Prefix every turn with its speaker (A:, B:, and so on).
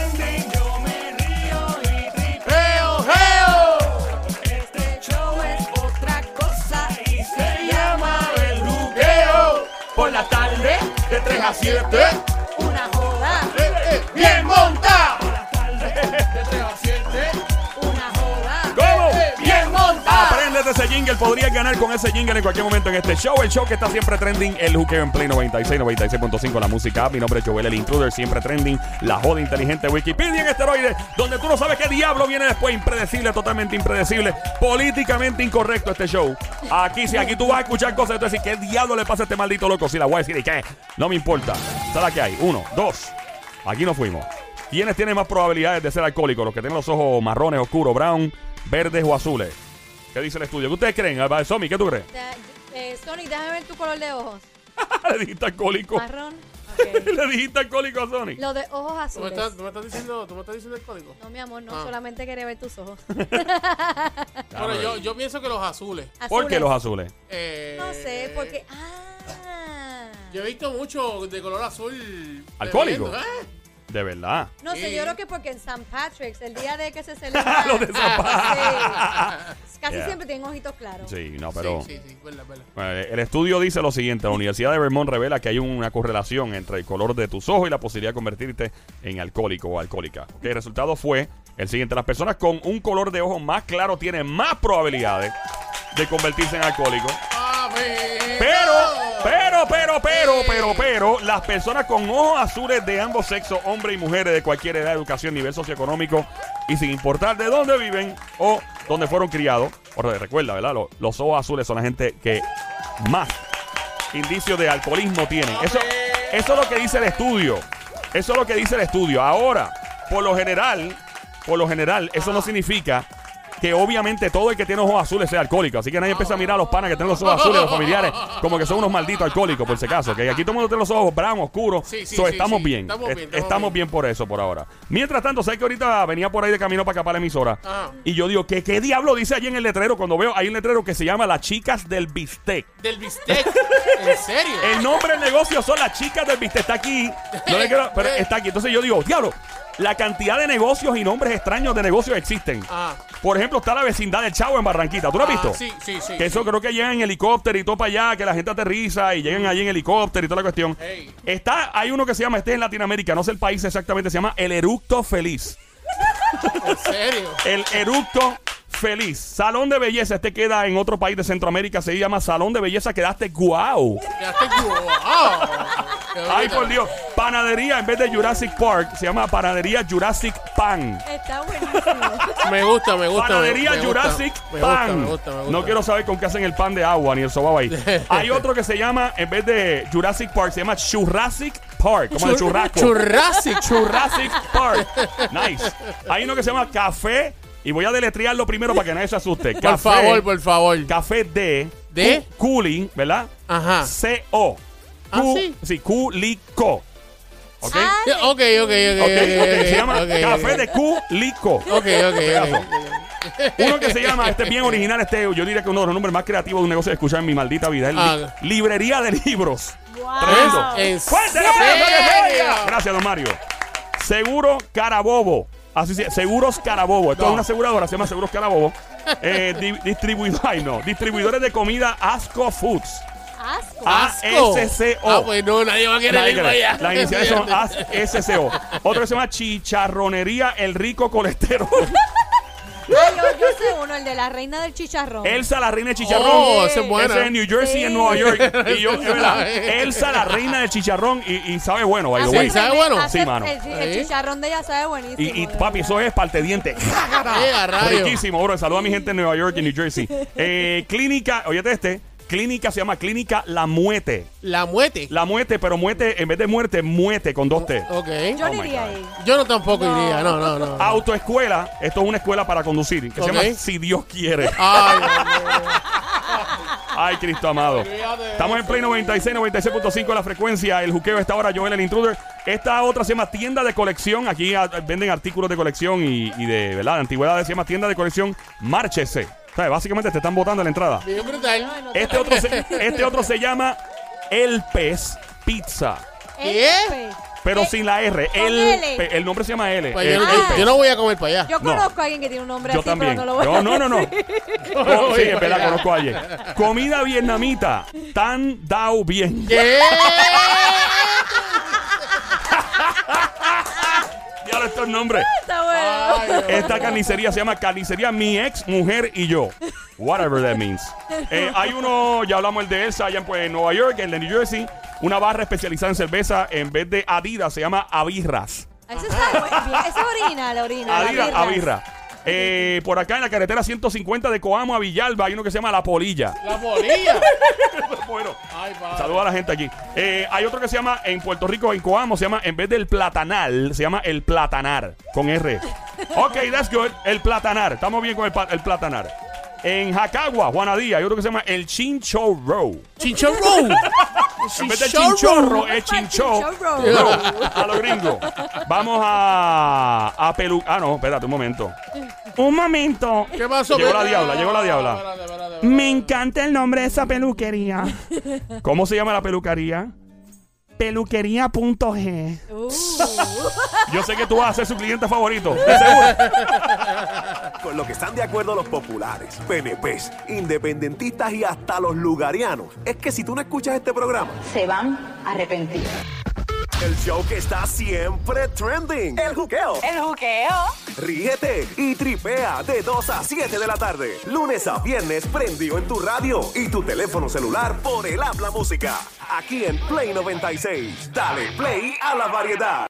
A: Este Por la tarde, de 3 a 7.
B: Una joda,
A: eh, eh, ¡Bien monta! Por la tarde, de 3 a 7.
B: una joda.
A: ¿Cómo?
B: Eh, ¡Bien monta!
A: Apréndete ese jingle, podrías ganar con ese jingle en cualquier momento en este show. El show que está siempre trending, el Juqueo en Play 96, 96.5, la música. app. Mi nombre es Joel el Intruder, siempre trending, la joda inteligente Wikipedia en esteroides, donde tú no sabes qué diablo viene después, impredecible, totalmente impredecible, políticamente incorrecto este show. Aquí sí, aquí tú vas a escuchar cosas, entonces ¿qué diablo le pasa a este maldito loco? Si la voy a decir, ¿y qué? No me importa. ¿Sabes qué hay? Uno, dos, aquí nos fuimos. ¿Quiénes tienen más probabilidades de ser alcohólicos? ¿Los que tienen los ojos marrones, oscuros, brown, verdes o azules? ¿Qué dice el estudio? ¿Qué ustedes creen? Ah, va, Somi, ¿qué tú crees?
B: Da- eh, Sonic, déjame ver tu color de ojos.
A: Le dijiste alcohólico.
B: Marrón. Ok.
A: Le dijiste alcohólico a Sonic.
B: Lo de ojos
C: ¿Tú me, estás,
B: azules.
C: tú me estás diciendo, tú me estás diciendo el código?
B: No, mi amor, no.
C: Ah.
B: Solamente quería ver tus ojos.
C: Bueno, yo, yo pienso que los azules.
A: ¿Por qué
B: Azules.
A: los azules?
C: eh,
B: No sé, porque... Ah.
C: Yo he visto mucho de color azul.
A: ¿Alcohólico?
C: bebiendo, ¿eh?
A: De verdad.
B: No sé,
C: Sí.
B: yo creo que porque en San Patrick's, el día de que se celebra...
A: Los Ah, de San Patrick.
B: Sí. Casi
A: Yeah.
B: siempre tienen ojitos claros.
A: Sí, no, pero.
C: Sí, sí, sí, verdad, verdad.
A: Bueno, El estudio dice lo siguiente: la Universidad de Vermont revela que hay una correlación entre el color de tus ojos y la posibilidad de convertirte en alcohólico o alcohólica. Ok, el resultado fue el siguiente: las personas con un color de ojos más claro tienen más probabilidades de convertirse en alcohólico.
C: Ah,
A: Pero, pero, pero, pero, pero, pero, las personas con ojos azules de ambos sexos, hombres y mujeres de cualquier edad, educación, nivel socioeconómico y sin importar de dónde viven o dónde fueron criados. O re- recuerda, ¿verdad? Lo- Los, ojos azules son la gente que más indicios de alcoholismo tienen. Eso, eso es lo que dice el estudio. Eso es lo que dice el estudio. Ahora, por lo general, por lo general, eso no significa que obviamente todo el que tiene ojos azules sea alcohólico. Así que nadie empieza a mirar a los panas que tienen los ojos azules, los familiares, como que son unos malditos alcohólicos, por si acaso. Que aquí todo el mundo tiene los ojos brown, oscuros.
C: Sí, sí,
A: So,
C: sí,
A: estamos,
C: sí.
A: bien.
C: Estamos
A: Es-
C: bien, estamos
A: estamos bien
C: bien.
A: por eso, por ahora. Mientras tanto, sé que ahorita venía por ahí de camino para acá para la emisora.
C: Ajá.
A: Y yo digo, ¿qué, ¿qué diablo dice allí en el letrero? Cuando veo, hay un letrero que se llama Las Chicas del Bistec.
C: Del bistec. ¿En serio?
A: El nombre del negocio son las chicas del bistec. Está aquí. No le quiero- pero está aquí. Entonces yo digo, diablo, la cantidad de negocios y nombres extraños de negocios existen.
C: Ah.
A: Por ejemplo, está la vecindad del Chavo en Barranquita. ¿Tú lo has
C: Ah,
A: visto?
C: Sí, sí, sí.
A: Que eso creo que llegan en helicóptero y todo para allá, que la gente aterriza y llegan allí en helicóptero y toda la cuestión.
C: Ey.
A: Está, hay uno que se llama, este es en Latinoamérica, no sé el país exactamente, se llama El Eructo Feliz.
C: ¿En serio?
A: El Eructo Feliz. Salón de belleza, este queda en otro país de Centroamérica, se llama Salón de Belleza, quedaste guau.
C: Quedaste guau. Qué
A: Ay,
C: bonito.
A: por Dios. Panadería, en vez de Jurassic Park, se llama Panadería Jurassic Pan.
B: Está buenísimo.
C: Me gusta, me gusta. me-
A: Panadería
C: me gusta,
A: Jurassic
C: me gusta,
A: Pan.
C: me gusta, me gusta.
A: No quiero saber con qué hacen el pan de agua ni el sobao ahí. Hay otro que se llama, en vez de Jurassic Park, se llama Jurassic Park. Como de churrasco.
C: Churrasic, churra.
A: Jurassic Park. Nice. Hay uno que se llama Café. Y voy a deletrearlo primero para que nadie se asuste.
C: Por
A: Café,
C: favor, por favor.
A: Café de.
C: ¿De?
A: cu- Culi, ¿verdad?
C: Ajá.
A: C-O.
C: Ah,
A: Cu-
C: sí.
A: Sí, Culico. ¿Ok?
B: Ah,
C: Ok, ok, ok.
A: Ok, ok, se llama
C: ok,
A: Café
C: ok.
A: de Culico.
C: Ok, ok, ok.
A: Uno que se llama, este es bien original, este yo diría que uno de los nombres más creativos de un negocio de escuchar en mi maldita vida. es li-
C: Ah.
A: librería de libros.
B: wow.
A: Tremendo.
C: ¿En
A: ¡Fuerte el aplauso que se
C: serio?
A: oiga! Gracias, don Mario. Seguro Carabobo. Así se, Seguros Carabobo. Esto
C: No.
A: es una aseguradora, se llama Seguros Carabobo. Eh, di- distribuido- ay, no. Distribuidores de comida Asco Foods.
B: Asco.
C: Asco.
A: ASCO.
C: Ah, pues no, nadie va a querer
A: Nadie
C: ir
A: cree.
C: para allá.
A: Las iniciales son ASCO. Otro que se llama Chicharronería El Rico Colesterol.
B: Ay, yo, yo sé uno, el de la reina del chicharrón.
A: Elsa la reina de chicharrón.
C: Oh, ese es
A: Ese
C: bueno.
A: es en New Jersey y en Nueva
B: Sí.
A: York. Y yo,
C: Eso
A: es verdad,
C: sabe.
A: Elsa la reina del chicharrón y, y sabe bueno, by the
B: Hace
A: way.
C: Ah, Sí, sabe
B: tremendo-
C: bueno.
B: hace-
A: Sí, mano.
B: El, el
C: Sí.
B: chicharrón de ella sabe buenísimo.
A: Y, y,
B: de
A: papi, eso es parte diente.
C: Eh, a rayos.
A: Ah, Riquísimo, bro. Saludos a mi gente en Nueva York y New Jersey. Eh, clínica, oye este, clínica se llama Clínica La Muete.
C: La muerte.
A: La Muete, pero muete, en vez de muerte, muete con dos T.
C: Ok.
B: verdad. Yo
A: Oh,
B: ni
A: my
B: iría
A: God.
B: ahí.
C: Yo no tampoco
B: No.
C: iría. No, no, no.
A: Ah, Autoescuela, esto es una escuela para conducir, que se
C: oh. Ok. Ah,
A: llama Si Dios Quiere.
C: Ay, Dios mío.
A: Ay, Cristo amado.
C: Olvídate de
A: Estamos en Play 96, 96.5 la frecuencia. El juqueo está ahora, Joel el Intruder. Esta otra se llama Tienda de Colección. Aquí ah, venden artículos de colección y, y de, ¿verdad? De antigüedades. Se llama Tienda de Colección. Márchese. O sea, Básicamente te están botando en la entrada.
C: Bien brutal.
A: Este otro se, este otro se llama El Pez Pizza.
B: El
C: ¿Qué?
B: pez.
A: Pero
B: Eh,
A: sin la R.
B: con
A: El,
B: L.
A: el nombre se llama L.
C: Pues
A: El-
C: yo,
B: Ah.
C: yo- yo no voy a comer para allá.
B: Yo
A: No.
B: conozco a alguien que tiene un nombre
A: Yo
B: así,
A: también.
B: pero no lo voy a
A: no, no, no. no.
C: No
A: sí,
C: voy
A: es
C: para
A: verdad,
C: allá.
A: conozco a alguien. Comida vietnamita. Tan dao bien.
C: ¿Qué?
A: Ya lo estos nombres.
B: Está
A: Ah.
B: bueno.
C: Ay, Dios.
A: Esta carnicería se llama Carnicería Mi Ex Mujer y Yo. Whatever that means. Eh, hay uno, ya hablamos el de Elsa, allá en, pues, en Nueva York, en New Jersey. Una barra especializada en cerveza, en vez de Adidas, se llama Avirras.
B: Ese está bueno. Bien, Esa orina, la orina. la
A: Adidas,
B: birra.
A: Avirras. Eh, por acá en la carretera 150 de Coamo a Villalba hay uno que se llama La Polilla.
C: La bolilla.
A: bueno,
C: Ay, padre.
A: saluda a la gente aquí. Eh, hay otro que se llama, en Puerto Rico, en Coamo, se llama, en vez del platanal, se llama el platanar, con R. Ok, that's good. El platanar. Estamos bien con el, pa- el platanar. En Jacagua, Juanadía, hay otro que se llama el chinchorro.
C: Chinchorro.
A: En vez del chinchorro, es chinchorro.
B: Chinchorro.
A: A los gringos. Vamos a. A pelu. Ah, no, espérate un momento. Un momento.
C: ¿Qué pasó?
A: Llegó la diabla,
C: Espérate, espérate,
A: llegó la diabla.
C: espérate, espérate, espérate.
D: Me encanta el nombre de esa peluquería.
A: ¿Cómo se llama la peluquería?
D: Peluquería.g.
B: Uh.
A: Yo sé que tú vas a ser su cliente favorito. De seguro.
E: Con lo que están de acuerdo los populares, PNPs, independentistas y hasta los lugarianos es que si tú no escuchas este programa,
F: se van a arrepentir.
E: el show que está siempre trending, el juqueo,
F: El juqueo.
E: ríete y tripea de 2 a 7 de la tarde, lunes a viernes prendido en tu radio y tu teléfono celular por el habla música, aquí en Play 96. Dale play a la variedad.